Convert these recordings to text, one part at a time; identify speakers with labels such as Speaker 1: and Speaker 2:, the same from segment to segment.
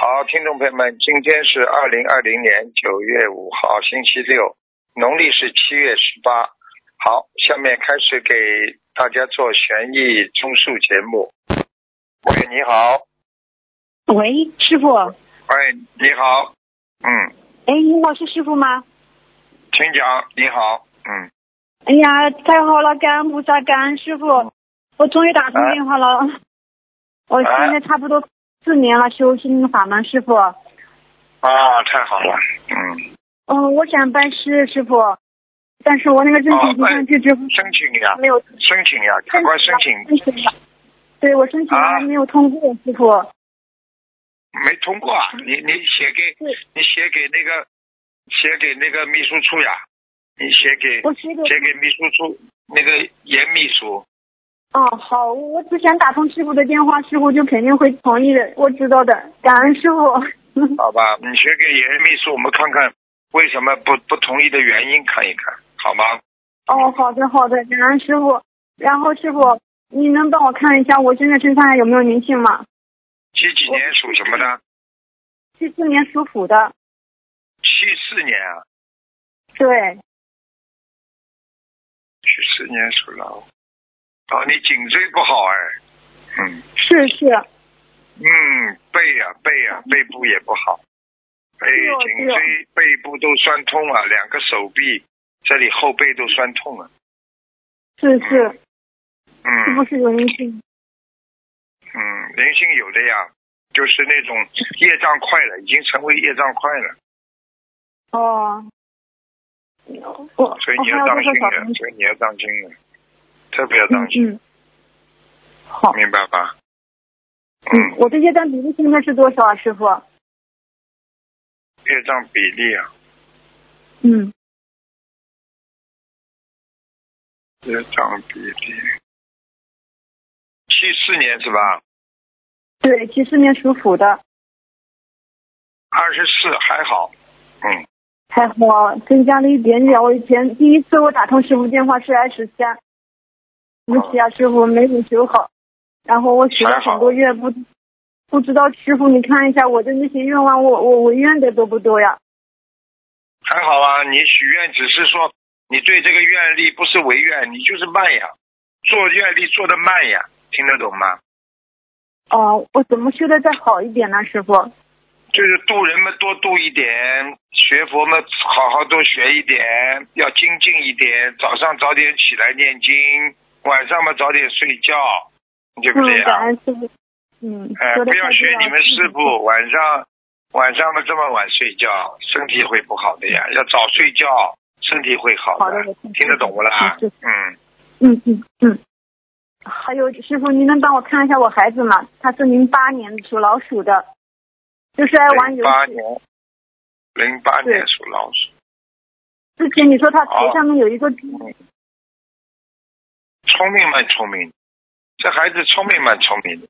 Speaker 1: 好，听众朋友们，今天是二零二零年九月五号，星期六，农历是七月十八。好，下面开始给大家做悬疑综述节目。喂，你好。
Speaker 2: 喂，师傅，
Speaker 1: 喂，你好。嗯，
Speaker 2: 哎，你好，是师傅吗？
Speaker 1: 请讲。你好。嗯，
Speaker 2: 哎呀，太好了，感恩菩萨，感恩师傅，
Speaker 1: 哦
Speaker 2: 我终于打
Speaker 1: 哎
Speaker 2: 通电话了。我现在差不多四年了，修心灵法门，师傅。哦
Speaker 1: 啊，太好了。嗯，
Speaker 2: 嗯，我想拜师，师傅，但是我那个申
Speaker 1: 哦
Speaker 2: 请不
Speaker 1: 拜
Speaker 2: 上去之后
Speaker 1: 申请呀，
Speaker 2: 没有
Speaker 1: 申请呀，赶快申请，
Speaker 2: 请了，对我申请了
Speaker 1: 啊
Speaker 2: 还没有通过，师傅。
Speaker 1: 没通过啊。你你写给
Speaker 2: 对
Speaker 1: 你写给那个写给那个秘书处呀，你写给
Speaker 2: 我十九
Speaker 1: 写给秘书处那个严秘书。
Speaker 2: 哦，好，我只想打通师傅的电话，师傅就肯定会同意的，我知道的，感恩师傅。
Speaker 1: 好吧，你写给严秘书，我们看看为什么不不同意的原因，看一看，好吗？
Speaker 2: 哦，好的好的，感恩师傅。然后师傅，你能帮我看一下我现在身上还有没有灵性吗？
Speaker 1: 几几年属什么的？
Speaker 2: 七四年属虎的，
Speaker 1: 七四年啊，
Speaker 2: 对，
Speaker 1: 七四年属老虎。哦，你颈椎不好哎，嗯
Speaker 2: 是是，
Speaker 1: 嗯，背呀、背呀、背部也不好，背
Speaker 2: 是哦
Speaker 1: 颈
Speaker 2: 是哦
Speaker 1: 椎背部都酸痛啊，两个手臂这里后背都酸痛啊，
Speaker 2: 是是，是不
Speaker 1: 嗯
Speaker 2: 是有灵性？
Speaker 1: 嗯，灵性有的呀，就是那种业障快了，已经成为业障快了。
Speaker 2: 哦，我我
Speaker 1: 所以你
Speaker 2: 哦还
Speaker 1: 要
Speaker 2: 要
Speaker 1: 当
Speaker 2: 多
Speaker 1: 心
Speaker 2: 少
Speaker 1: 的
Speaker 2: 小，灵性
Speaker 1: 所以你要当心的，特别要当心，
Speaker 2: 嗯嗯，好，
Speaker 1: 明白吧？
Speaker 2: 嗯，，我这些单比例现在是多少啊，师傅？
Speaker 1: 业障比例啊，
Speaker 2: 嗯，
Speaker 1: 业障比例，七四年是吧？
Speaker 2: 对，七四年属虎的，
Speaker 1: 二十四还好，嗯，
Speaker 2: 还好增加了一点点。我以前第一次我打通师傅电话是 S 三，对不起啊，师傅没有修好。然后我许了很多愿，不不知道师傅你看一下我的那些愿望，我我我愿的多不多呀？
Speaker 1: 还好啊。你许愿只是说你对这个愿力不是违愿，你就是慢呀，做愿力做的慢呀，听得懂吗？
Speaker 2: 哦，我怎么修的再好一点呢，师傅？
Speaker 1: 就是度人们多度一点，学佛们好好多学一点，要精进一点，早上早点起来念经，晚上嘛早点睡觉，对不
Speaker 2: 嗯
Speaker 1: 对，
Speaker 2: 感
Speaker 1: 啊？
Speaker 2: 恩师傅。嗯，
Speaker 1: 哎、
Speaker 2: 说的
Speaker 1: 不要学你们
Speaker 2: 嗯
Speaker 1: 师傅，晚上晚上嘛这么晚睡觉，身体会不好的呀。要早睡觉，身体会好
Speaker 2: 好的我听
Speaker 1: 听得懂不啦？
Speaker 2: 是
Speaker 1: 嗯，
Speaker 2: 嗯嗯嗯。还有师傅，您能帮我看一下我孩子吗？他是零八年属老鼠的，就是爱玩
Speaker 1: 零
Speaker 2: 游
Speaker 1: 哎八
Speaker 2: 戏。
Speaker 1: 年，零八
Speaker 2: 对
Speaker 1: 年属老鼠，
Speaker 2: 之前你说他头上面有一个，
Speaker 1: 聪明蛮聪明的，这孩子聪明蛮聪明的。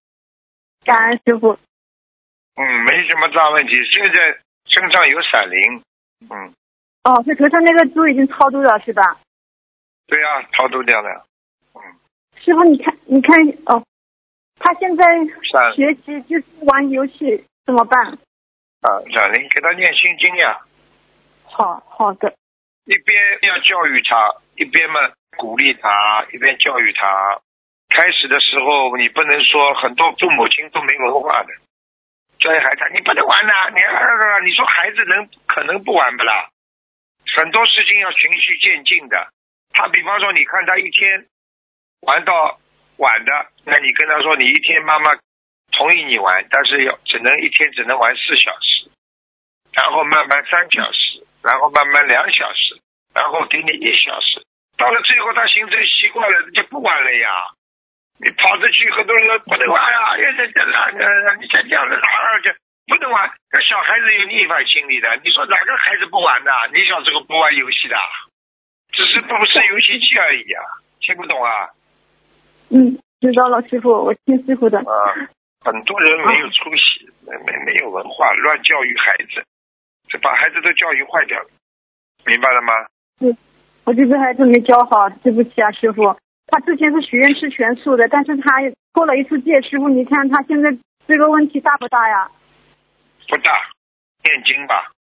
Speaker 2: 感恩师傅。
Speaker 1: 嗯，没什么大问题。现在身上有闪灵，嗯，
Speaker 2: 哦，这头上那个猪已经超度了是吧？
Speaker 1: 对啊，逃走掉了。
Speaker 2: 师傅，你看，你看，哦，他现在
Speaker 1: 闪
Speaker 2: 学习就是玩游戏，怎么办？
Speaker 1: 啊，闪灵，给他念心经呀，
Speaker 2: 好好的，
Speaker 1: 一边要教育他，一边嘛鼓励他，一边教育他。开始的时候，你不能说很多父母亲都没文化的，教育孩子你不能玩呐、你啊，你说孩子能可能不玩不啦？很多事情要循序渐进的。他比方说，你看他一天玩到晚的，那你跟他说，你一天妈妈同意你玩，但是要只能一天只能玩四小时，然后慢慢三小时，然后慢慢两小时，然后给你一小时，到了最后他形成习惯了，就不玩了呀。你跑出去，很多人说不能玩啊，这这这那那，你这样子哪儿去？不能玩，那小孩子有逆反心理的。你说哪个孩子不玩的？你小时候不玩游戏的，只是不是游戏机而已啊，听不懂啊？
Speaker 2: 嗯，知道了，师傅，我听师傅的。
Speaker 1: 啊，很多人没有出息，没没没有文化，乱教育孩子，这把孩子都教育坏掉了，明白了吗？
Speaker 2: 我这个孩子没教好，对不起啊，师傅。他之前是许愿吃全素的，但是他过了一次戒，师傅，你看他现在这个问题大不大呀？
Speaker 1: 不大，念经吧。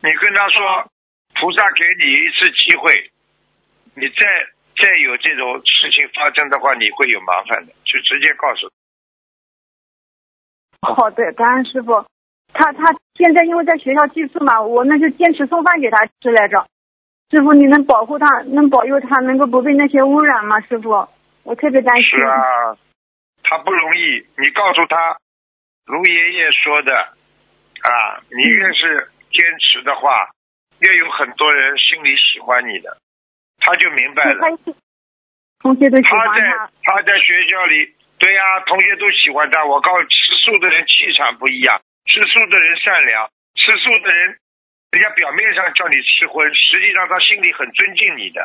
Speaker 1: 你跟他说，菩萨给你一次机会，你再再有这种事情发生的话，你会有麻烦的，就直接告诉
Speaker 2: 他。好的，哦感恩师傅。他他现在因为在学校寄宿嘛，我们就坚持送饭给他吃来着。师傅，你能保护他，能保佑他，能够不被那些污染吗？师傅，我特别担心。
Speaker 1: 是啊，他不容易。你告诉他，卢爷爷说的啊，你越是坚持的话，越有很多人心里喜欢你的，他就明白了。
Speaker 2: 同学都喜欢
Speaker 1: 啊他。在他在学校里，对呀、啊，同学都喜欢他。我告诉吃素的人气场不一样，吃素的人善良，吃素的人。人家表面上叫你吃荤，实际上他心里很尊敬你的，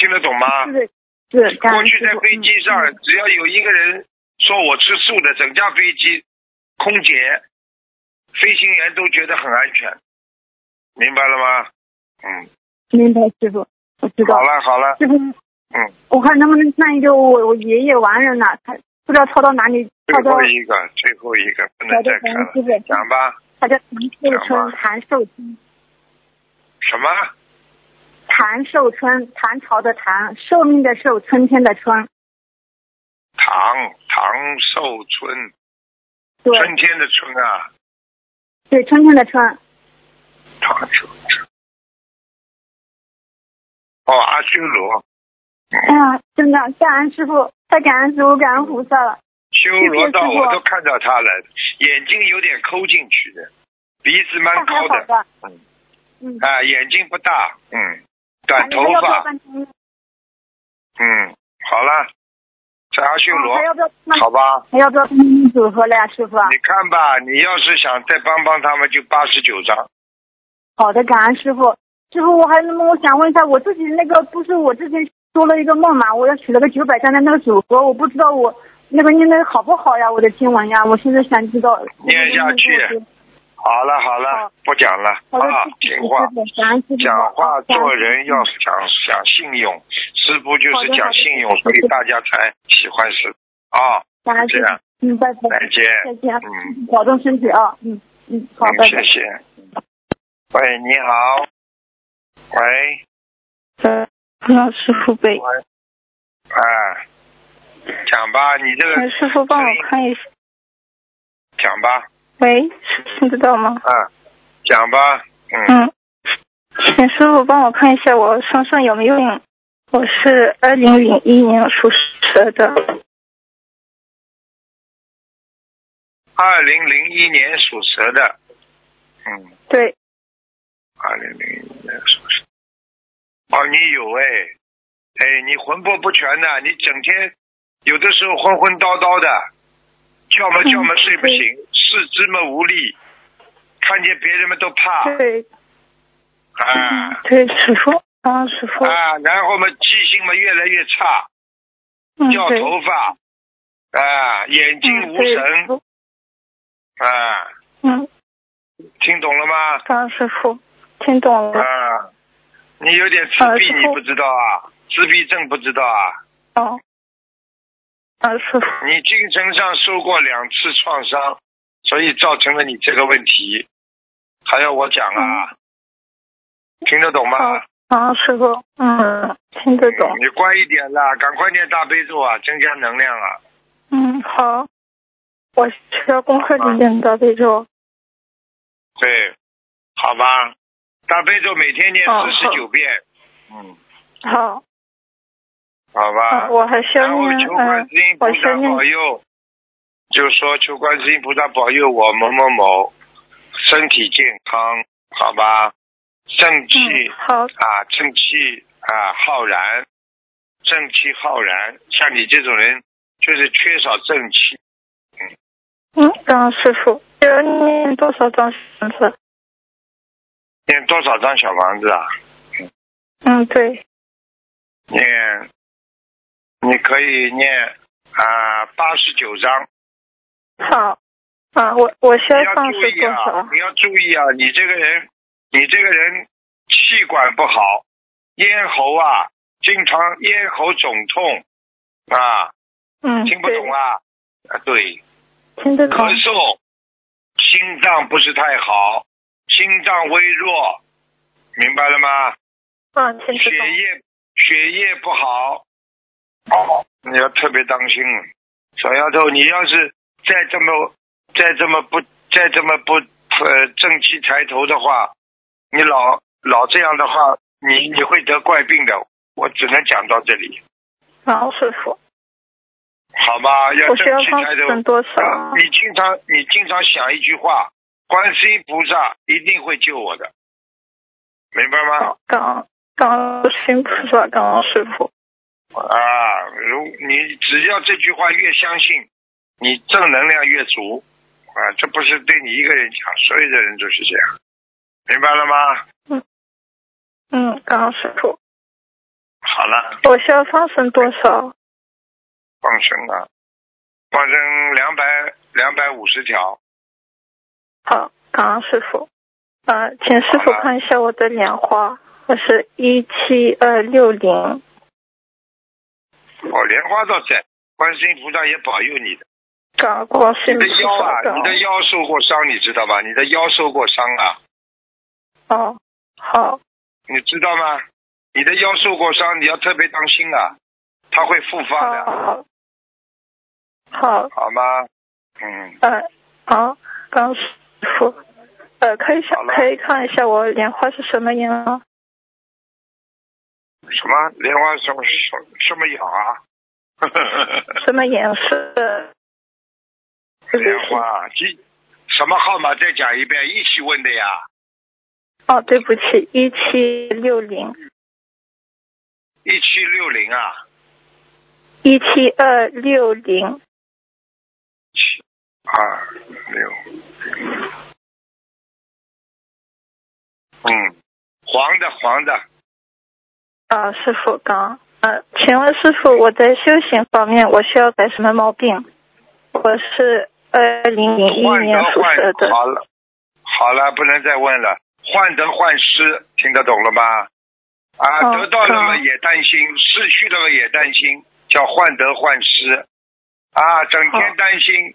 Speaker 1: 听得懂吗？
Speaker 2: 是是。
Speaker 1: 啊过去在飞机上，嗯、只要有一个人说我吃素的，整架飞机，空姐、飞行员都觉得很安全，明白了吗？嗯。
Speaker 2: 明白，师傅，我知道。
Speaker 1: 好了好了。
Speaker 2: 师傅，
Speaker 1: 嗯，
Speaker 2: 我看能不能看一个我我爷爷完人呢？他不知道抄到哪里。
Speaker 1: 最后一个，最后一个，不能再看了。讲吧。
Speaker 2: 他叫谭寿春，谭寿春。
Speaker 1: 什么？
Speaker 2: 谭寿春，唐朝的唐，寿命的寿，春天的春。
Speaker 1: 唐唐寿春，
Speaker 2: 对，
Speaker 1: 春天的春啊。
Speaker 2: 对，春天的春。
Speaker 1: 唐寿春。哦，阿修罗。
Speaker 2: 哎呀，真的，感恩师傅，太感恩师傅，感恩菩萨了。
Speaker 1: 修罗道我都看到他了，眼睛有点抠进去的，鼻子蛮高的，
Speaker 2: 的
Speaker 1: 嗯。嗯啊，眼睛不大，嗯，短头发，嗯，好了，在阿修罗，
Speaker 2: 啊、
Speaker 1: 好吧，
Speaker 2: 还要不要组合了呀，师傅、啊？
Speaker 1: 你看吧，你要是想再帮帮他们，就八十九张。
Speaker 2: 好的，感恩师傅。师傅，我还能我想问一下，我自己那个不是我之前做了一个梦嘛？我要取了个九百张的那个组合，我不知道我那个念的好不好呀？我的经文呀，我现在想知道。
Speaker 1: 念下去。好了好了，不讲了啊！听话，
Speaker 2: 啊
Speaker 1: 讲话做人要讲讲信用，师傅就是讲信用，所以大家才喜欢师啊。这样，
Speaker 2: 嗯，拜拜，
Speaker 1: 再见，
Speaker 2: 再见，嗯，保重身体啊，嗯嗯，好，拜拜，
Speaker 1: 谢谢。
Speaker 3: 嗯
Speaker 1: 喂，你好，喂，
Speaker 3: 呃，老师傅呗，
Speaker 1: 哎，讲吧，你这个
Speaker 3: 师傅帮我看一下，
Speaker 1: 讲吧。
Speaker 3: 喂，听得到吗？
Speaker 1: 啊，讲吧。
Speaker 3: 嗯。嗯，请师傅帮我看一下我身上有没有病。我是二零零一年属蛇的。
Speaker 1: 二零零一年属蛇的。嗯。
Speaker 3: 对。
Speaker 1: 二零零一年属蛇。哦，你有哎，哎，你魂魄不全的，你整天有的时候昏昏叨叨的。叫嘛叫嘛睡不醒，嗯、四肢嘛无力，看见别人们都怕。
Speaker 3: 对。
Speaker 1: 啊、
Speaker 3: 嗯。对，师傅啊，师傅。
Speaker 1: 啊，然后嘛，记性嘛越来越差，
Speaker 3: 嗯、
Speaker 1: 掉头发，啊，眼睛无神，啊。
Speaker 3: 嗯。
Speaker 1: 听懂了吗？
Speaker 3: 张师傅，听懂了。
Speaker 1: 啊，你有点自闭，你不知道啊？自闭症不知道啊？
Speaker 3: 哦。啊，师傅，
Speaker 1: 你精神上受过两次创伤，所以造成了你这个问题，还要我讲啊？嗯、听得懂吗？
Speaker 3: 啊，师傅，嗯，听得懂。
Speaker 1: 你乖一点啦，赶快念大悲咒啊，增加能量啊。
Speaker 3: 嗯，好，我需要功课里念大悲咒。
Speaker 1: 对，好吧，大悲咒每天念四十九遍。嗯，
Speaker 3: 好。啊
Speaker 1: 好吧，
Speaker 3: 我还需要嗯
Speaker 1: 然后求观世啊音菩萨保佑，就说求观世音菩萨保佑我某某某身体健康，好吧，正气
Speaker 3: 嗯好
Speaker 1: 啊，正气啊浩然，正气浩然，像你这种人就是缺少正气。
Speaker 3: 嗯，张师傅，要念多少张房子？
Speaker 1: 念多少张小房子啊？
Speaker 3: 嗯，对。
Speaker 1: 念。你可以念啊，八十九章。
Speaker 3: 好，啊，我我先放
Speaker 1: 注意啊，你要注意啊，你这个人，你这个人气管不好，咽喉啊，经常咽喉肿痛啊。
Speaker 3: 嗯。
Speaker 1: 听不懂啊？啊，对。
Speaker 3: 听得懂。
Speaker 1: 咳嗽，气心脏不是太好，心脏微弱，明白了吗？
Speaker 3: 嗯，请
Speaker 1: 血
Speaker 3: 师傅。
Speaker 1: 液血液不好，哦，你要特别当心。小丫头，你要是再这么再这么不再这么不呃正气抬头的话，你老老这样的话，你你会得怪病的。我只能讲到这里，
Speaker 3: 好，师傅，
Speaker 1: 好吧？要
Speaker 3: 我
Speaker 1: 正
Speaker 3: 需要
Speaker 1: 气
Speaker 3: 放
Speaker 1: 抬头。
Speaker 3: 生多少
Speaker 1: 啊
Speaker 3: 啊？
Speaker 1: 你经常你经常想一句话：观世音菩萨一定会救我的，明白吗？
Speaker 3: 刚刚辛苦了，刚刚师傅。
Speaker 1: 啊，如你只要这句话越相信，你正能量越足啊！这不是对你一个人讲，所有的人都是这样，明白了吗？
Speaker 3: 嗯，刚刚师傅，
Speaker 1: 好了，
Speaker 3: 我需要放生多少？
Speaker 1: 放生啊，放生两百两百五十条，
Speaker 3: 好，刚刚师傅。呃，请师傅
Speaker 1: 好了
Speaker 3: 看一下我的莲花，我是一七二六零。
Speaker 1: 哦，莲花倒在，观世音菩萨也保佑你的。
Speaker 3: 刚刚辛
Speaker 1: 你
Speaker 3: 苦
Speaker 1: 的腰
Speaker 3: 了，
Speaker 1: 啊，
Speaker 3: 刚
Speaker 1: 你的腰受过伤，你知道吧？你的腰受过伤啊，
Speaker 3: 哦，好，
Speaker 1: 你知道吗？你的腰受过伤，你要特别当心啊，它会复发
Speaker 3: 好，
Speaker 1: 的，
Speaker 3: 好，好，
Speaker 1: 好吗？嗯，
Speaker 3: 呃，好，刚师傅，呃，可以
Speaker 1: 好
Speaker 3: 想
Speaker 1: 了
Speaker 3: 可以看一下我莲花是什么样吗？
Speaker 1: 什么莲花什么什么什么痒啊？
Speaker 3: 什么颜色？
Speaker 1: 莲花几什么号码？再讲一遍，一起问的呀，
Speaker 3: 哦，对不起，一七六零，
Speaker 1: 一七六零啊，
Speaker 3: 一七二六零，
Speaker 1: 七二六，嗯，黄的黄的，
Speaker 3: 啊，师傅刚，呃，请问师傅，我在修行方面我需要改什么毛病？我是二零零一
Speaker 1: 患
Speaker 3: 年
Speaker 1: 得
Speaker 3: 属蛇
Speaker 1: 患
Speaker 3: 的，
Speaker 1: 好了，好了，不能再问了。患得患失，听得懂了吧？啊，
Speaker 3: 哦
Speaker 1: 得到了嘛
Speaker 3: 嗯
Speaker 1: 也担心，失去了嘛也担心，叫患得患失。啊，整天
Speaker 3: 好
Speaker 1: 担心，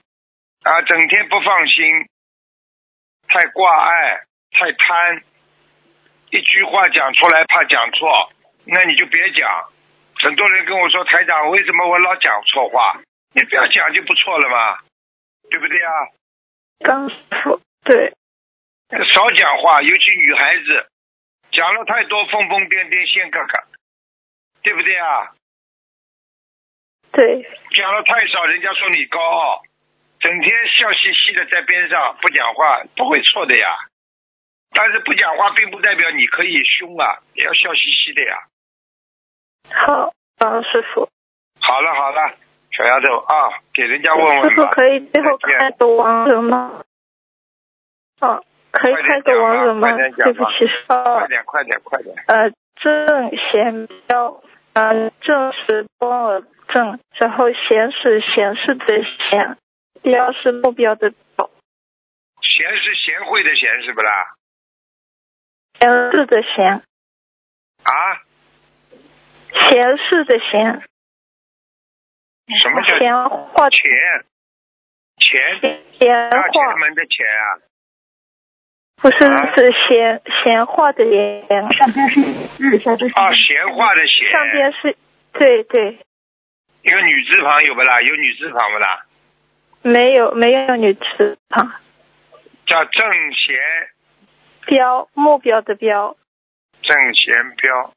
Speaker 1: 啊，整天不放心，太挂碍，太贪，一句话讲出来怕讲错，那你就别讲。很多人跟我说，台长，为什么我老讲错话？你不要讲就不错了嘛，对不对啊？
Speaker 3: 刚师傅，对，
Speaker 1: 少讲话，尤其女孩子，讲了太多疯疯癫癫、仙嘎嘎，对不对啊？
Speaker 3: 对，
Speaker 1: 讲了太少，人家说你高傲，整天笑嘻嘻的在边上不讲话，不会错的呀。但是不讲话并不代表你可以凶啊，也要笑嘻嘻的呀。
Speaker 3: 好，啊，师傅，
Speaker 1: 好了好了，小丫头啊，给人家问
Speaker 3: 师
Speaker 1: 问
Speaker 3: 傅
Speaker 1: 吧。
Speaker 3: 可以最后
Speaker 1: 再见
Speaker 3: 开个亡人吗？哦，可以
Speaker 1: 快点
Speaker 3: 开个
Speaker 1: 讲吧
Speaker 3: 亡人吗
Speaker 1: 快点？讲
Speaker 3: 对不
Speaker 1: 吧
Speaker 3: 起，师傅
Speaker 1: 快。点快点快点，
Speaker 3: 呃，正弦标，呃，正是光耳正，然后弦是显示的显，标是目标的标，
Speaker 1: 贤是贤惠的贤是不啦？
Speaker 3: 显示的显，
Speaker 1: 啊？
Speaker 3: 显示的显，
Speaker 1: 什么叫
Speaker 3: 显化
Speaker 1: 钱？钱？
Speaker 3: 显
Speaker 1: 大
Speaker 3: 化
Speaker 1: 前门的钱啊？
Speaker 3: 不是是显显化的显，
Speaker 2: 上边是日，下边是
Speaker 1: 啊，闲话的闲，
Speaker 3: 上边是，对对，
Speaker 1: 一个女字旁有不啦？有女字旁不啦？
Speaker 3: 没有没有女字旁，
Speaker 1: 叫正贤
Speaker 3: 标目标的标，
Speaker 1: 正贤标，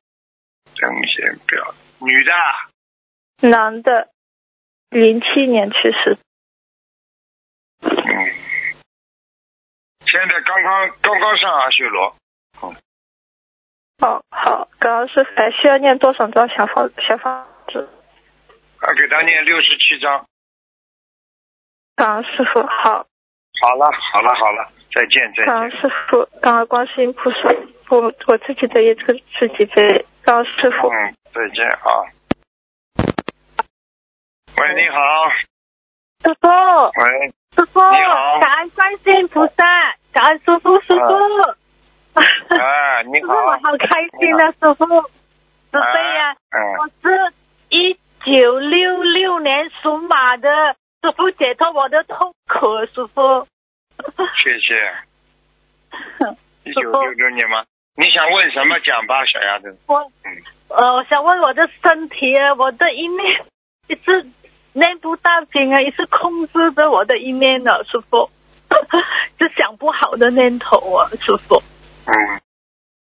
Speaker 1: 正贤标，女的啊
Speaker 3: 男的，零七年去世，
Speaker 1: 嗯，现在刚刚刚刚上阿修罗，
Speaker 3: 哦，好，刚刚是还需要念多少张小房小房子？
Speaker 1: 啊，给他念六十七章。
Speaker 3: 感恩师傅，好，
Speaker 1: 好了，好了，好了，再见，再
Speaker 3: 感恩
Speaker 1: 见。
Speaker 3: 师傅，感恩观世音菩萨，我我自己的也自自己背，感恩师傅，
Speaker 1: 嗯，再见啊。喂，你好，
Speaker 4: 师傅，
Speaker 1: 喂，
Speaker 4: 师傅，
Speaker 1: 你好
Speaker 4: 感恩观世音菩萨，感恩师傅，师傅。
Speaker 1: 哎， 你
Speaker 4: 师傅，
Speaker 1: 好，
Speaker 4: 我好开心啊，师傅。师对呀、
Speaker 1: 嗯，
Speaker 4: 我是一九六六年属马的，师傅解脱我的痛苦，师傅。
Speaker 1: 谢谢。一九六六年吗？你想问什么？讲吧，小丫头。
Speaker 4: 我
Speaker 1: 嗯，
Speaker 4: 呃，我想问我的身体，我的一面一直念不大经啊，一直控制着我的一面呢，师傅， 就想不好的念头啊，师傅。
Speaker 1: 嗯。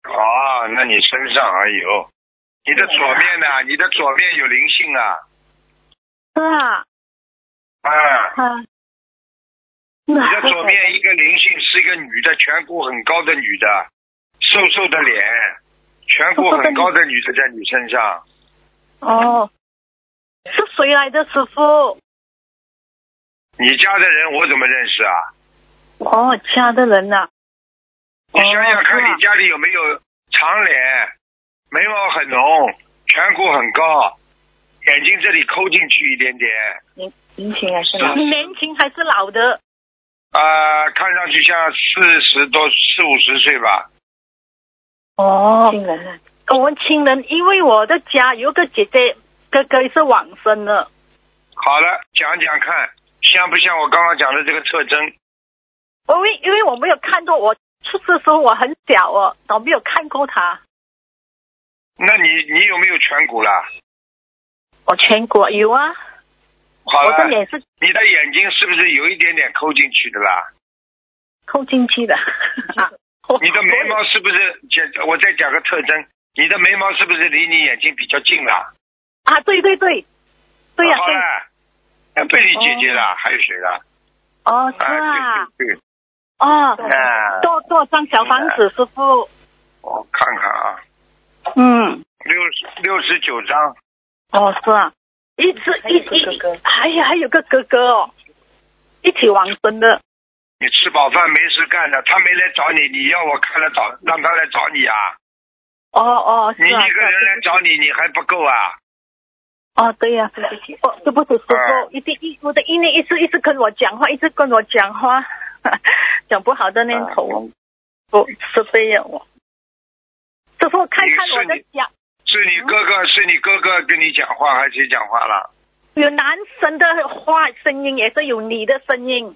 Speaker 1: 啊，那你身上还有，你的左面呢、你的左面有灵性啊。
Speaker 4: 是啊，
Speaker 1: 啊，
Speaker 4: 啊，
Speaker 1: 你的左面一个灵性是一个女的，颧骨很高的女的，瘦瘦的脸，颧骨很高的女的在你身上。
Speaker 4: 哦，是谁来的师傅？哦
Speaker 1: 你家的人我怎么认识啊？
Speaker 4: 哦，家的人呐、
Speaker 1: 你想想看，
Speaker 4: 哦
Speaker 1: 你家里有没有长脸，眉毛很浓，颧骨很高，眼睛这里抠进去一点点，
Speaker 5: 您您请还是
Speaker 1: 是
Speaker 5: 哪？
Speaker 4: 哦你年轻还是老的？
Speaker 1: 啊、看上去像四十多、四五十岁吧。
Speaker 4: 哦
Speaker 5: 亲人呢？
Speaker 4: 我们亲人，因为我的家有个姐姐，哥哥是往生了。
Speaker 1: 好了，讲讲看，像不像我刚刚讲的这个特征？
Speaker 4: 因为因为我没有看过，我出世的时候我很小哦，我没有看过他。
Speaker 1: 那你你有没有颧骨啦？
Speaker 4: 我全国有啊，
Speaker 1: 好啊
Speaker 4: 我的
Speaker 1: 了，
Speaker 4: 脸是
Speaker 1: 你的眼睛是不是有一点点抠进去的啦？
Speaker 4: 抠进去的。啊，我
Speaker 1: 你的眉毛是不是？讲我再讲个特征，你的眉毛是不是离你眼睛比较近了？
Speaker 4: 啊，对对对，对呀、
Speaker 1: 好啊
Speaker 4: 对
Speaker 1: 了，，那被你姐姐了，还有谁了？
Speaker 4: 哦是
Speaker 1: 啊
Speaker 4: 啊，，
Speaker 1: 对对
Speaker 4: 哦
Speaker 1: 对，，啊，
Speaker 4: 多多张小房子，师傅，
Speaker 1: 我看看啊，
Speaker 4: 嗯，
Speaker 1: 六十六十九张，
Speaker 4: 哦是啊，一直
Speaker 5: 还
Speaker 4: 一
Speaker 5: 有个哥
Speaker 4: 一
Speaker 5: 哥，
Speaker 4: 还有还有个哥哥哦，一起往生的。
Speaker 1: 你吃饱饭没事干的，他没来找你，你要我看了找，让他来找你啊？
Speaker 4: 哦哦，是
Speaker 1: 你
Speaker 4: 啊，
Speaker 1: 一个人来
Speaker 4: 是啊
Speaker 1: 找你，你还不够啊？
Speaker 4: 哦，对呀、
Speaker 5: 对不起，
Speaker 4: 哦，对不起，师
Speaker 1: 哎
Speaker 4: 傅，一定一我的意念一直一直跟我讲话，一直跟我讲话，讲不好的念
Speaker 1: 啊
Speaker 4: 头，啊哦不是非呀我。师傅，看看我的脚，
Speaker 1: 是你哥
Speaker 4: 嗯
Speaker 1: 哥，是你哥哥跟你讲话，还是谁讲话了？
Speaker 4: 有男生的话声音，也是有你的声音。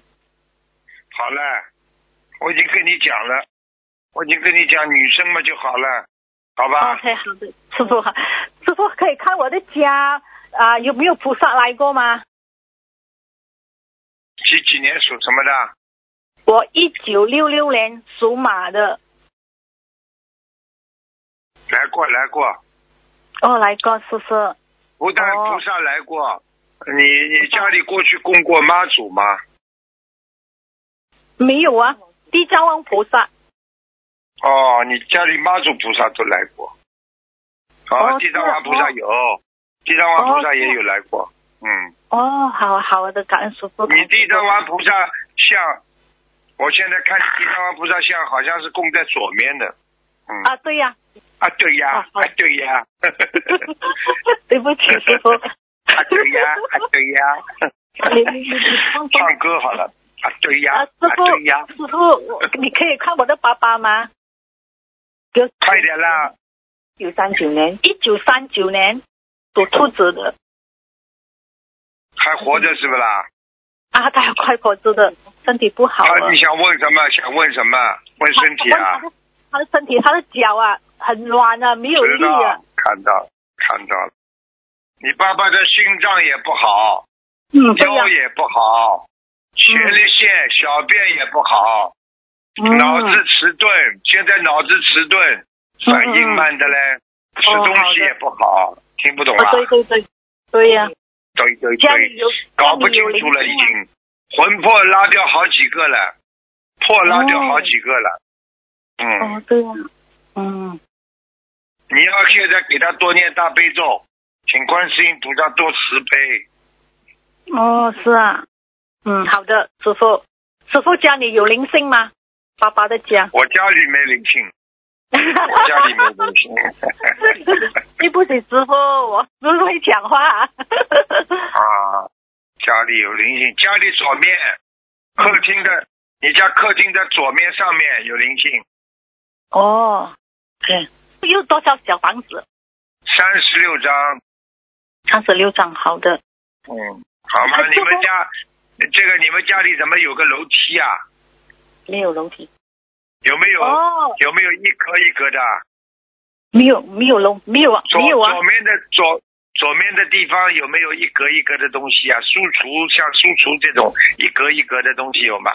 Speaker 1: 好了，我已经跟你讲了，我已经跟你讲，女生嘛就好了，好吧？
Speaker 4: OK，好的，师傅，师傅可以看我的家啊、有没有菩萨来过吗？
Speaker 1: 几几年属什么的？
Speaker 4: 我一九六六年属马的，
Speaker 1: 来过，来过。
Speaker 4: 哦，来过，师傅。
Speaker 1: 不但
Speaker 4: 哦
Speaker 1: 菩萨来过，你你家里过去供过妈祖吗？
Speaker 4: 没有啊，地藏王菩萨。
Speaker 1: 哦，你家里妈祖菩萨都来过。
Speaker 4: 哦
Speaker 1: 地藏王菩萨有，地藏王菩萨也有来过。嗯，
Speaker 4: 哦，好啊好啊的，感恩师傅。
Speaker 1: 你地藏
Speaker 4: 的
Speaker 1: 王菩萨像，我现在看地藏王菩萨像好像是供在左面的。嗯
Speaker 4: 啊，对呀、
Speaker 1: 啊，对呀
Speaker 4: 啊，好
Speaker 1: 啊对呀，
Speaker 4: 对不起师傅。
Speaker 1: 啊对呀，啊对呀，
Speaker 4: 哎你你你放松
Speaker 1: 唱歌好了。啊对呀，
Speaker 4: 啊，
Speaker 1: 啊
Speaker 4: 师傅，
Speaker 1: 对呀，
Speaker 4: 师傅，我你可以看我的爸爸吗？有
Speaker 1: 快点啦！
Speaker 5: 一九三九年，
Speaker 4: 一九三九年属兔子的
Speaker 1: 还活着是不啦？
Speaker 4: 啊，他有快活子的，身体不好啊
Speaker 1: 他
Speaker 4: 了
Speaker 1: 你。想问什么？想问什么？问身体啊
Speaker 4: 他？的 他的身体，他的脚啊很软啊，没有
Speaker 1: 知
Speaker 4: 力啊
Speaker 1: 道。，看到，看到了。你爸爸的心脏也不好，
Speaker 4: 嗯，对呀、
Speaker 1: 腰也不好，前列腺、小便也不好，
Speaker 4: 嗯
Speaker 1: 脑子迟钝，现在脑子迟钝，
Speaker 4: 嗯
Speaker 1: 反应慢的嘞，吃东西也不好，听不懂啊
Speaker 4: 啊，？对对对，对呀、
Speaker 1: 对对
Speaker 4: 啊家里
Speaker 1: 对，
Speaker 4: 有
Speaker 1: 搞不清
Speaker 4: 家里
Speaker 1: 楚
Speaker 4: 有
Speaker 1: 了已
Speaker 4: 灵性啊
Speaker 1: 经，魂魄拉掉好几个了，魄拉掉好几个了，嗯。
Speaker 4: 哦，对呀、嗯。
Speaker 1: 你要现在给他多念大悲咒，请观世音菩萨多慈悲。，
Speaker 4: 哦，是啊，嗯，好的，师傅，师傅家里有灵性吗？爸爸的家
Speaker 1: 我家里没灵性，我家里没灵 性。
Speaker 4: 对不起，师傅，我不会讲话。
Speaker 1: 啊，家里有灵性，家里左面，客厅的，你家客厅的左面上面有灵性，
Speaker 4: 哦，对，有多少小房子？
Speaker 1: 三十六张。
Speaker 4: 三十六张，好的。
Speaker 1: 嗯，好吗？
Speaker 4: 哎
Speaker 1: 你们家这个你们家里怎么有个楼梯啊？
Speaker 5: 没有楼梯，
Speaker 1: 有没有、
Speaker 4: 哦，
Speaker 1: 有没有一格一格的？啊
Speaker 5: 没有没有楼，没有啊，
Speaker 1: 左
Speaker 5: 没有啊
Speaker 1: 左，面的左左面的地方有没有一格一格的东西啊？书橱像书橱这种一格一格的东西有吗？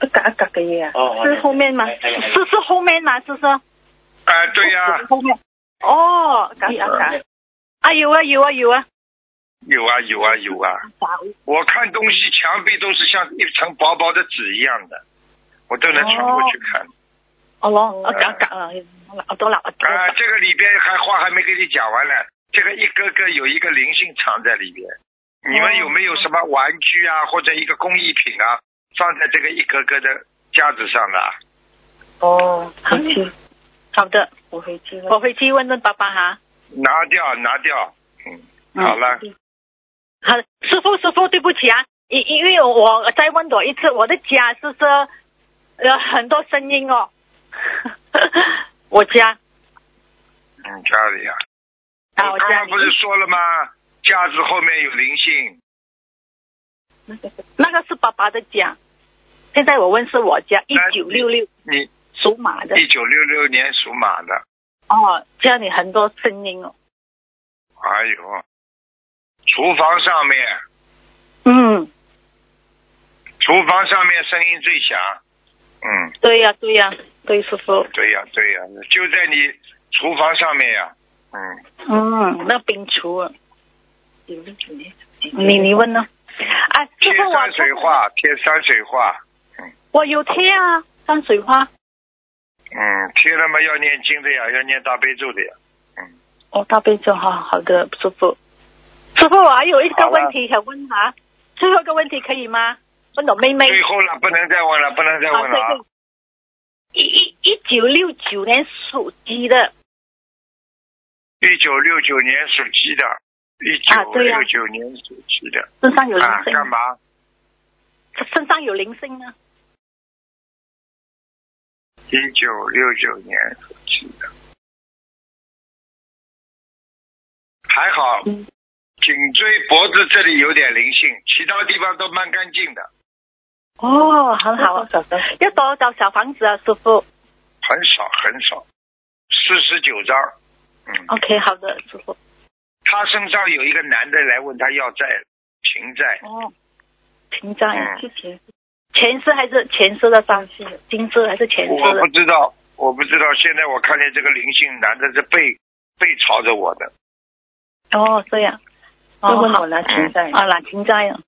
Speaker 5: 一格一格嘅嘢啊，
Speaker 3: 哦，
Speaker 4: 是后面吗？
Speaker 3: 哎哎哎
Speaker 4: 是是后面吗？是是。
Speaker 1: 啊、对呀、
Speaker 4: 后面。哦，咁
Speaker 5: 一格一格，
Speaker 4: 啊有啊有啊有啊，
Speaker 1: 有啊有啊有啊！我看东西墙壁都是像一层薄薄的纸一样的，我都能穿过去看。
Speaker 4: 哦
Speaker 5: 我攞一格一格啊，我都攞一格
Speaker 1: 啊，
Speaker 5: 一格，
Speaker 1: 这个里边还话还没跟你讲完呢，这个一个个有一个灵性藏在里边。你们有没有什么玩具啊，或者一个工艺品啊，放在这个一格格的架子上的啊？
Speaker 5: 哦，回去，
Speaker 4: 好的，
Speaker 5: 我回去啦
Speaker 4: 我回去问问爸爸哈。
Speaker 1: 拿掉，拿掉。嗯，好了，
Speaker 4: 好，师傅师傅，对不起啊，因因为我再问多一次，我的家是是呃很多声音哦， 我家
Speaker 1: 嗯，家里啊，
Speaker 4: 啊
Speaker 1: 我
Speaker 4: 我
Speaker 1: 刚
Speaker 4: 家
Speaker 1: 刚
Speaker 4: 里
Speaker 1: 哎不是说了吗？架子后面有灵性，
Speaker 4: 那个是爸爸的家，现在我问是我家一
Speaker 1: 那
Speaker 4: 九六六
Speaker 1: 你
Speaker 4: 属马的
Speaker 1: 一九六六年属马的，
Speaker 4: 哦，家里很多声音哦，
Speaker 1: 哎呦，厨房上面，
Speaker 4: 嗯，
Speaker 1: 厨房上面声音最响。嗯，
Speaker 4: 对呀、对呀、对师傅，
Speaker 1: 对呀、对呀、就在你厨房上面呀、嗯，
Speaker 4: 嗯，那冰厨啊，
Speaker 5: 有呢有呢
Speaker 4: 你你问呢？哎，师
Speaker 1: 贴
Speaker 4: 傅
Speaker 1: 山水
Speaker 4: 我
Speaker 1: 画，贴山水画。
Speaker 4: 我有贴啊，山水画，
Speaker 1: 嗯，贴了嘛要念经的呀，要念大悲咒的呀。
Speaker 4: 哦，大悲咒哈，好的，师傅。师傅，我还有一个问题想问哈，最后一个问题可以吗？问到妹妹
Speaker 1: 最后了，不能再问了，不能再
Speaker 4: 啊，
Speaker 1: 问了啊
Speaker 4: 对对。，一一一九六九年属鸡的，
Speaker 1: 一九六九年属鸡的，一
Speaker 4: 啊
Speaker 1: 九
Speaker 4: 对呀
Speaker 1: 六九年属鸡的
Speaker 4: 身上有灵
Speaker 1: 啊，
Speaker 4: 性，
Speaker 1: 干嘛？
Speaker 4: 身上有灵性啊，
Speaker 1: 一九六九年属鸡的，还好，
Speaker 5: 嗯
Speaker 1: 颈椎、脖子这里有点灵性，其他地方都蛮干净的，
Speaker 4: 哦，很好啊，
Speaker 5: 多少张
Speaker 4: 要多找小房子啊，师傅。
Speaker 1: 很少很少，四十九张。嗯，
Speaker 4: OK，好的，师傅。
Speaker 1: 他身上有一个男的来问他要债，情债，
Speaker 4: 哦，停在
Speaker 1: 嗯
Speaker 5: 之前
Speaker 4: 前世还是前世的上世，今世还是前世
Speaker 1: 我
Speaker 4: 的
Speaker 1: 不？知道，我不知道。现在我看见这个灵性男的是背背朝着我的，
Speaker 4: 哦，这样。哦，
Speaker 5: 都问
Speaker 4: 好
Speaker 5: 我拿钱在，
Speaker 4: 啊，那停在啊，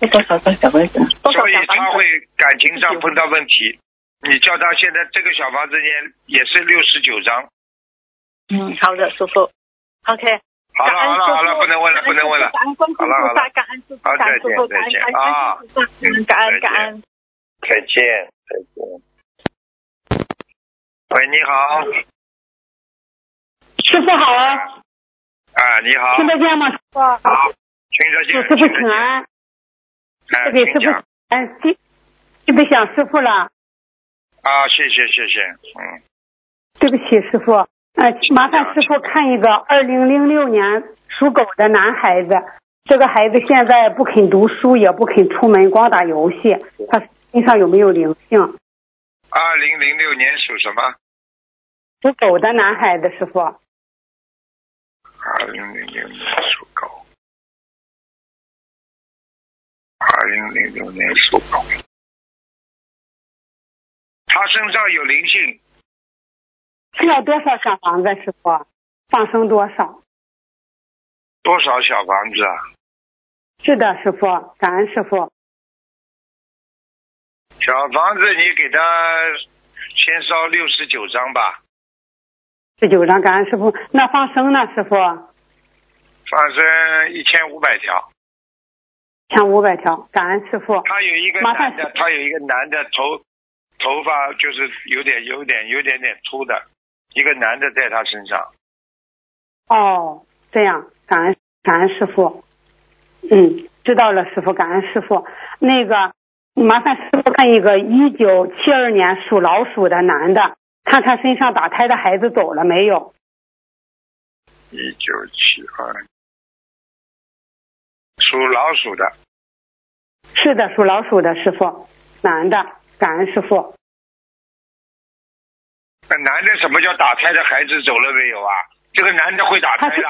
Speaker 5: 要多少张小房子？
Speaker 4: 多少
Speaker 1: 所以
Speaker 4: 小
Speaker 1: 他
Speaker 4: 房
Speaker 1: 会
Speaker 4: 子？
Speaker 1: 感情上碰到问题。你叫他现在这个小房子念也是六十九张。
Speaker 4: 嗯，好的，师傅。OK，
Speaker 1: 好了好了好了，不能问了不能问了。
Speaker 4: 感恩观世音
Speaker 1: 好了好
Speaker 4: 菩
Speaker 1: 了
Speaker 4: 萨，感恩师傅，
Speaker 1: 好
Speaker 4: 感恩师傅，
Speaker 1: 再
Speaker 4: 感
Speaker 1: 见啊
Speaker 4: 恩感
Speaker 1: 再见
Speaker 4: 恩观世音菩萨，嗯感恩感恩。
Speaker 1: 再见再见。喂，你好。
Speaker 2: 师傅好啊，
Speaker 1: 啊，你好。
Speaker 2: 听得见吗？
Speaker 1: 好，听得见。
Speaker 2: 师傅
Speaker 1: 听得
Speaker 2: 请
Speaker 1: 见。
Speaker 2: 安，
Speaker 1: 哎，
Speaker 2: 这
Speaker 1: 请
Speaker 2: 给师
Speaker 1: 讲。
Speaker 2: 傅嗯，对，对不起啊，师傅了，
Speaker 1: 啊，谢谢谢谢，嗯，
Speaker 2: 对不起，师傅，呃，麻烦师傅看一个二零零六年属狗的男孩子，这个孩子现在不肯读书，也不肯出门，光打游戏，他身上有没有灵性？
Speaker 1: 二零零六年属什么？
Speaker 2: 属狗的男孩子，师傅，
Speaker 1: 二零零六年属狗。二零零六年属狗。他身上有灵性，
Speaker 2: 需要多少小房子，师傅？放生多少？
Speaker 1: 多少小房子啊？
Speaker 2: 是的，师傅，感恩师傅。
Speaker 1: 小房子你给他先烧六十九张吧，
Speaker 2: 十九张，感恩师傅。那放生呢，师傅？
Speaker 1: 放生一千五百条。
Speaker 2: 千五百条，感恩师傅。
Speaker 1: 他有一个
Speaker 2: 麻
Speaker 1: 男
Speaker 2: 烦
Speaker 1: 的，他有一个男的头头发就是有点有点有点点秃的，一个男的在他身上。
Speaker 2: 哦，这样，感恩感恩师傅。嗯，知道了，师傅，感恩师傅。那个，麻烦师傅看一个一九七二年属老鼠的男的，看看身上打胎的孩子走了没有？
Speaker 1: 一九七二，属老鼠的，
Speaker 2: 是的，属老鼠的师傅，男的。感恩师傅。
Speaker 1: 那男的什么叫打胎的孩子走了没有啊？这个男的会打胎的，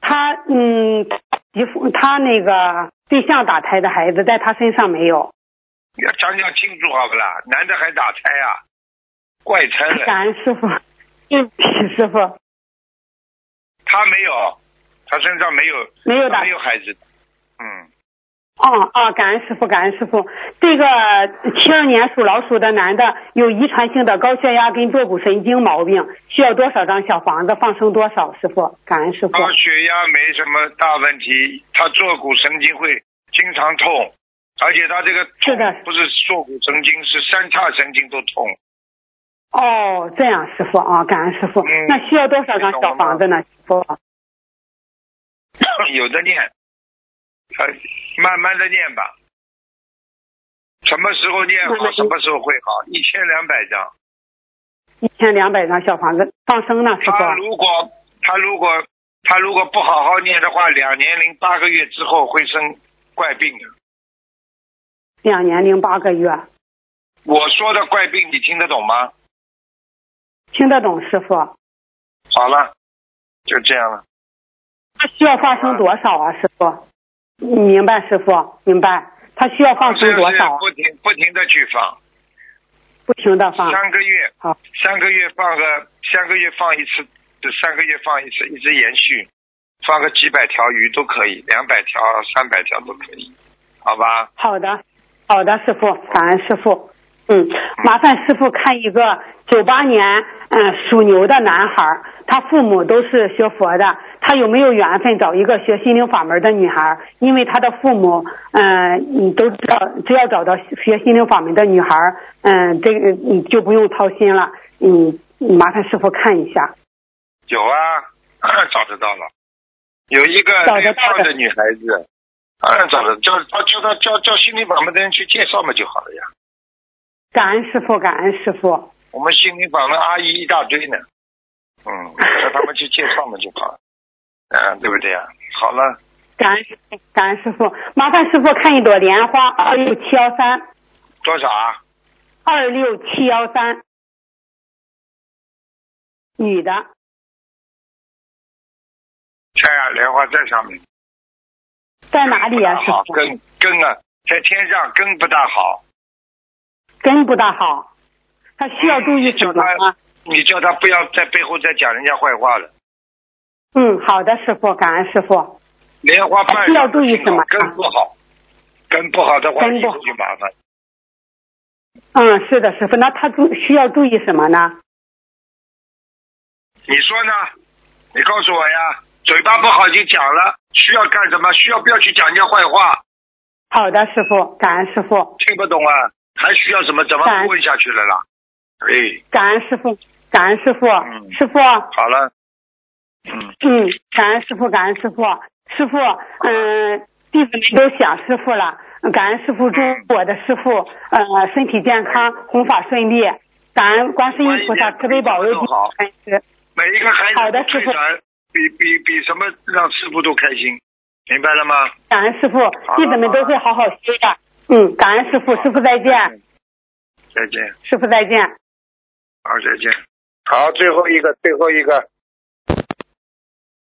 Speaker 2: 他嗯，媳妇他那个对象打胎的孩子在他身上没有，
Speaker 1: 要讲讲清楚好不啦？男的还打胎啊？怪胎了，
Speaker 2: 感恩师 傅，对不起师傅，
Speaker 1: 他没有，他身上没有，
Speaker 2: 没有
Speaker 1: 他
Speaker 2: 打
Speaker 1: 没有孩子，嗯，
Speaker 2: 哦哦，感恩师傅，感恩师傅。这个七二年属老鼠的男的有遗传性的高血压跟坐骨神经毛病，需要多少张小房子？放生多少？师傅，感恩师傅。
Speaker 1: 高血压没什么大问题，他坐骨神经会经常痛，而且他这个痛
Speaker 2: 是的
Speaker 1: 不是坐骨神经，是三叉神经都痛。
Speaker 2: 哦，这样师傅啊，感恩师傅。
Speaker 1: 嗯
Speaker 2: 那需要多少张小房子呢？师傅，
Speaker 1: 有的念，呃，慢慢的念吧。什么时候念
Speaker 2: 慢慢
Speaker 1: 好，
Speaker 2: 地
Speaker 1: 什么时候会好？一千两百张。
Speaker 2: 一千两百张小房子。放生呢，师
Speaker 1: 他
Speaker 2: 傅？
Speaker 1: 如果他如果他如果不好好念的话，两年零八个月之后会生怪病的。
Speaker 2: 两年零八个月，
Speaker 1: 我说的怪病，你听得懂吗？
Speaker 2: 听得懂师傅？
Speaker 1: 好了，就这样了。
Speaker 2: 他需要放生多少啊，师傅？你明白，师傅，明白。他需要放生多少啊？
Speaker 1: 不停不停的去放，
Speaker 2: 不停的放。
Speaker 1: 三个月
Speaker 2: 好，
Speaker 1: 三个月放个三个月放一次，三个月放一次，一直延续，放个几百条鱼都可以，两百条、啊三百条都可以，好吧？
Speaker 2: 好的，好的，师傅，感恩师傅。嗯，麻烦师傅看一个九八年嗯属牛的男孩儿，他父母都是学佛的，他有没有缘分找一个学心灵法门的女孩儿？因为他的父母嗯嗯都知道，只要找到学心灵法门的女孩儿，嗯，这个你就不用操心了。嗯，麻烦师傅看一下。
Speaker 1: 有啊， 找得到了，有一个
Speaker 2: 找
Speaker 1: 绿
Speaker 2: 得到
Speaker 1: 帽
Speaker 2: 的
Speaker 1: 的女孩子，啊当然找得，叫叫叫他叫叫心灵法门的人去介绍嘛就好了呀。
Speaker 2: 感恩师傅，感恩师傅。
Speaker 1: 我们心灵法门阿姨一大堆呢，嗯，叫他们去介绍嘛就好了，嗯，对不对啊？好了，
Speaker 2: 感恩师傅，感恩师傅，麻烦师傅看一朵莲花，二六七幺三，
Speaker 1: 多少啊？
Speaker 2: 二六七幺三，女的，
Speaker 1: 太阳莲花在上面。
Speaker 2: 在哪里呀、啊
Speaker 1: 不大
Speaker 2: 师
Speaker 1: 好
Speaker 2: 傅？
Speaker 1: 根根啊，在天上根不大好。
Speaker 2: 根不大好，她需要注意什么吗？
Speaker 1: 你叫他不要在背后再讲人家坏话了。
Speaker 2: 嗯，好的，师傅，感恩师傅。
Speaker 1: 莲花瓣
Speaker 2: 需啊要注意什么
Speaker 1: 根不好，根不好的话，
Speaker 2: 根
Speaker 1: 以
Speaker 2: 不好
Speaker 1: 后就麻烦。
Speaker 2: 嗯，是的，师傅，那她注需要注意什么呢？
Speaker 1: 你说呢？你告诉我呀。嘴巴不好已经讲了，需要干什么？需要不要去讲人家坏话？
Speaker 2: 好的，师傅，感恩师傅，
Speaker 1: 听不懂啊？还需要什么？怎么
Speaker 2: 感
Speaker 1: 不问下去了啦？哎，
Speaker 2: 感恩师傅，感恩师傅，
Speaker 1: 嗯
Speaker 2: 师傅，
Speaker 1: 好了，嗯，
Speaker 2: 嗯， 感恩师傅，感恩师傅，师傅，嗯、弟子们都想师傅了，感恩师傅，祝我的师傅呃身体健康，弘法顺利，感恩观世音菩萨慈悲保佑弟
Speaker 1: 好
Speaker 2: 子们时。
Speaker 1: 每一个孩子
Speaker 2: 好的
Speaker 1: 都最
Speaker 2: 师傅
Speaker 1: 难比比比什么让师傅都开心，明白了吗？
Speaker 2: 感恩师傅，
Speaker 1: 好
Speaker 2: 弟子们都会好好修的。嗯，感恩师傅，师傅再见，
Speaker 1: 再见，
Speaker 2: 师傅再见。
Speaker 1: 好，再见。好，最后一个，最后一个。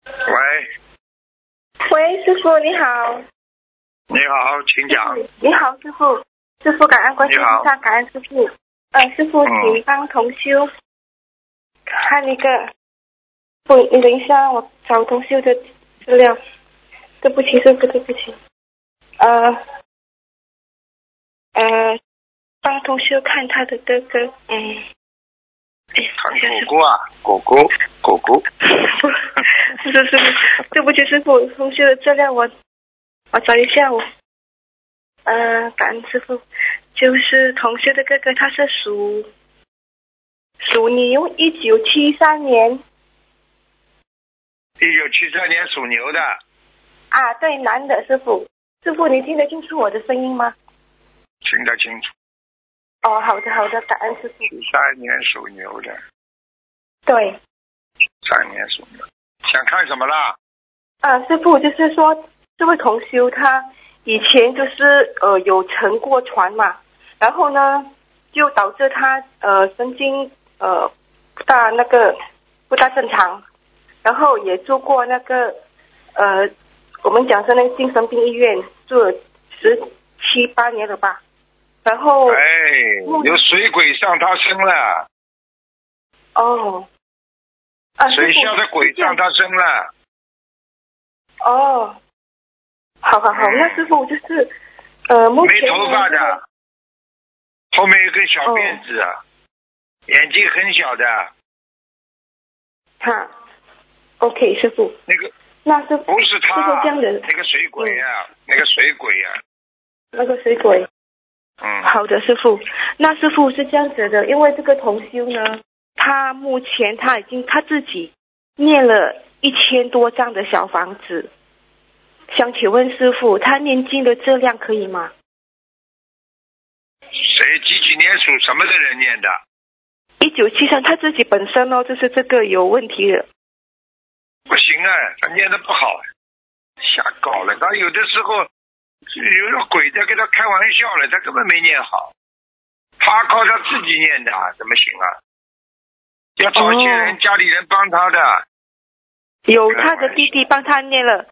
Speaker 1: 喂，
Speaker 3: 喂，师傅你好。
Speaker 1: 你好，请讲。
Speaker 3: 你好，师傅。师傅，感恩观世音菩萨，感恩师傅。呃，师傅，
Speaker 1: 嗯
Speaker 3: 请帮同修看一个。不，你等一下，啊我找同修的资料。对不起，师傅，对不起。呃，呃，帮同修看他的这个，嗯，哎，
Speaker 1: 看
Speaker 3: 好像是
Speaker 1: 狗狗啊，狗狗，狗狗。
Speaker 3: 是是是，对不起，师傅，同学的资料我我找一下我。呃，感恩师傅，就是同学的哥哥，他是属属牛，一九七三年
Speaker 1: 一九七三年属牛的，
Speaker 3: 啊，对，男的师傅，师傅你听得清楚我的声音吗？
Speaker 1: 听得清楚。
Speaker 3: 哦，好的好的，感恩师傅。
Speaker 1: 七三年属牛的，
Speaker 3: 对，
Speaker 1: 三年属牛。想看什么啦？
Speaker 3: 啊，师傅就是说，这位同修他以前就是呃有乘过船嘛，然后呢，就导致他呃神经呃不大那个不大正常，然后也住过那个呃我们讲是那个精神病医院住了十七八年了吧，然后
Speaker 2: 哦
Speaker 1: 哎，有水鬼上他身了，
Speaker 3: 哦，啊
Speaker 1: 水
Speaker 3: 师
Speaker 1: 下
Speaker 3: 傅
Speaker 1: 的鬼上他身了，
Speaker 3: 哦，好好好，那师傅就是呃目前
Speaker 1: 没头发的，后面有根小辫子，啊
Speaker 3: 哦
Speaker 1: 眼睛很小的，
Speaker 3: 哈，OK 师傅，
Speaker 1: 那个
Speaker 3: 那师傅哎
Speaker 1: 不是他
Speaker 3: 师傅这样的，
Speaker 1: 那个水鬼呀、
Speaker 3: 嗯
Speaker 1: 那个水鬼呀、
Speaker 3: 那个水鬼。
Speaker 1: 嗯，
Speaker 3: 好的，师傅。那师傅是这样子的，因为这个同修呢，他目前他已经他自己念了一千多张的小房子，想请问师傅，他念经的质量可以吗？
Speaker 1: 谁几几年属什么的人念的？
Speaker 3: 一九七三，他自己本身哦，就是这个有问题的。
Speaker 1: 不行啊，他念的不好，瞎搞了。他有的时候有个鬼在跟他开玩笑了，他根本没念好，他靠他自己念的，怎么行啊？要找些
Speaker 3: 哦
Speaker 1: 人、家里人帮他的，
Speaker 3: 有他的弟弟帮他念了，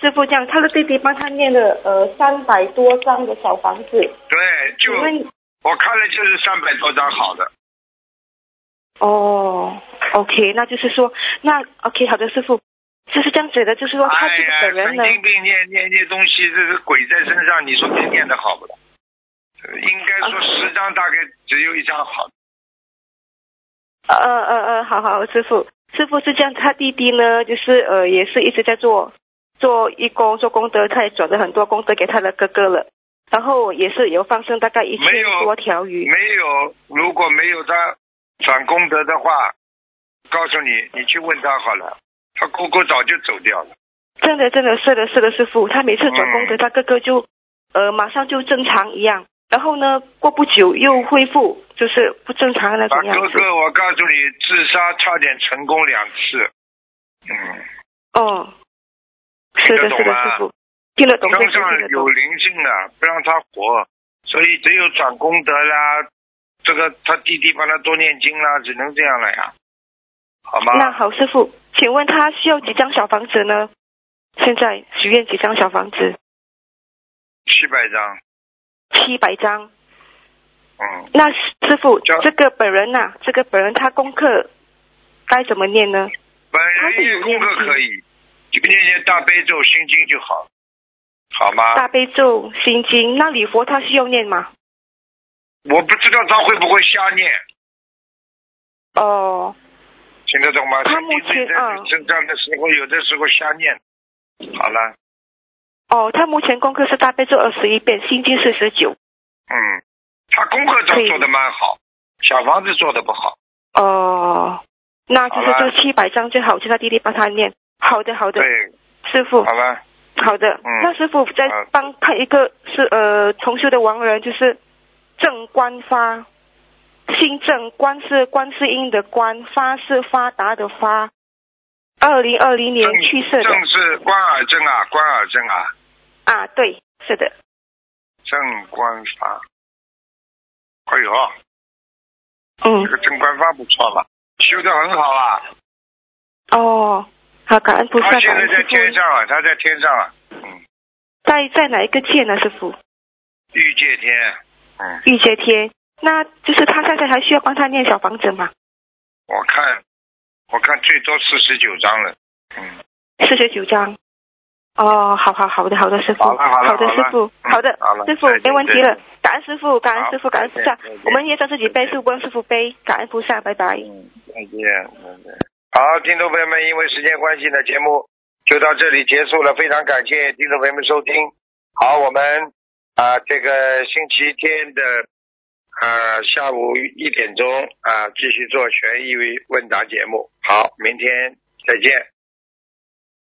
Speaker 3: 师傅讲他的弟弟帮他念了呃三百多张的小房子，
Speaker 1: 对，就
Speaker 3: 请问
Speaker 1: 我看了就是三百多张好的，
Speaker 3: 哦，OK，那就是说，那 OK，好的，师傅，就是这样子的，就是说他
Speaker 1: 哎
Speaker 3: 这个
Speaker 1: 呀，
Speaker 3: 本人
Speaker 1: 神
Speaker 3: 呢，
Speaker 1: 经病念念念东西，这是鬼在身上，你说这念的好不啦？应该
Speaker 3: 啊
Speaker 1: 说十张大概只有一张好的，
Speaker 3: 呃呃呃，好好，师傅，师傅是这样，他弟弟呢，就是呃，也是一直在做做义工，做功德，他也转了很多功德给他的哥哥了，然后也是有放生大概一千
Speaker 1: 没有
Speaker 3: 多条鱼，
Speaker 1: 没有，如果没有他转功德的话，告诉你，你去问他好了，他姑姑早就走掉了。
Speaker 3: 真的真的是的是的，师傅，他每次转功德，
Speaker 1: 嗯
Speaker 3: 他哥哥就呃马上就正常一样，然后呢，过不久又恢复就是不正常的那
Speaker 1: 他
Speaker 3: 种样
Speaker 1: 哥
Speaker 3: 子，
Speaker 1: 哥，我告诉你，自杀差点成功两次。嗯，
Speaker 3: 哦，是的，
Speaker 1: 听得
Speaker 3: 是
Speaker 1: 懂
Speaker 3: 的，
Speaker 1: 吗
Speaker 3: 师傅，听得懂，对
Speaker 1: 身
Speaker 3: 师傅听
Speaker 1: 上
Speaker 3: 得
Speaker 1: 有
Speaker 3: 懂。
Speaker 1: 灵性啊，不让他活，所以只有转功德啦，这个他弟弟帮他多念经啦，只能这样了呀，好吗？
Speaker 3: 那好，师傅，请问他需要几张小房子呢？现在许愿几张小房子？
Speaker 1: 七百张，
Speaker 3: 七百张。
Speaker 1: 嗯，
Speaker 3: 那师傅，
Speaker 1: 这
Speaker 3: 这个本人呐、啊这个本人他功课该怎么念呢？
Speaker 1: 本
Speaker 3: 他
Speaker 1: 人
Speaker 3: 是
Speaker 1: 也
Speaker 3: 有
Speaker 1: 功课
Speaker 3: 念经
Speaker 1: 可以，就念念大悲咒心经就好，好吗？
Speaker 3: 大悲咒、心经，那礼佛他需要念吗？
Speaker 1: 我不知道他会不会瞎念，
Speaker 3: 哦，
Speaker 1: 听得懂吗？
Speaker 3: 他
Speaker 1: 神经
Speaker 3: 目前
Speaker 1: 病在
Speaker 3: 嗯
Speaker 1: 身上的时候，有的时候瞎念。好了，
Speaker 3: 哦，他目前功课是大悲咒二十一遍，心经四十九。
Speaker 1: 嗯，他功课倒
Speaker 3: 可以
Speaker 1: 做的蛮好，小房子做的不好。
Speaker 3: 哦，那就是
Speaker 1: 好了
Speaker 3: 这七百张最好，就他弟弟帮他念。好的，好的哦
Speaker 1: 对，，
Speaker 3: 师傅。
Speaker 1: 好了，
Speaker 3: 好的，
Speaker 1: 嗯
Speaker 3: 那师傅再
Speaker 1: 好
Speaker 3: 帮看一个是呃重修的亡人，就是郑官发，姓郑，官是观世音的观，发是发达的发，二零二零年
Speaker 1: 正
Speaker 3: 去世的
Speaker 1: 正是关尔正啊，关尔正啊，
Speaker 3: 啊，对，是的，
Speaker 1: 正官发。哎呦，
Speaker 3: 嗯
Speaker 1: 这，个正官发不错了，修的很好啊。
Speaker 3: 哦，好，感恩菩萨，
Speaker 1: 他现
Speaker 3: 感
Speaker 1: 在
Speaker 3: 恩
Speaker 1: 在
Speaker 3: 师
Speaker 1: 天
Speaker 3: 傅，
Speaker 1: 上啊，他在天上啊，嗯，
Speaker 3: 在在哪一个界呢，师傅？
Speaker 1: 欲界天，嗯，
Speaker 3: 玉界天，那就是他现在还需要帮他念小房子吗？
Speaker 1: 我看，我看最多四十九章了，嗯。
Speaker 3: 四十九章。哦，好好好的，好的，师傅，
Speaker 1: 好了好了
Speaker 3: 的，
Speaker 1: 好了
Speaker 3: 师傅，
Speaker 1: 嗯
Speaker 3: 好的
Speaker 1: 好，了
Speaker 3: 师傅
Speaker 1: 再见
Speaker 3: 没问题
Speaker 1: 再
Speaker 3: 了，感恩师傅，感
Speaker 1: 好
Speaker 3: 恩师傅，感恩菩
Speaker 1: 再见
Speaker 3: 萨
Speaker 1: 再见，
Speaker 3: 我们也向自己背
Speaker 1: 再，见
Speaker 3: 是不师傅背，感恩菩萨，拜拜。
Speaker 1: 嗯，再见，拜拜。好，听众朋友们，因为时间关系呢，节目就到这里结束了。非常感谢听众朋友们收听。好，我们啊、这个星期天的啊、下午一点钟啊、继续做悬疑问答节目。好，明天再见。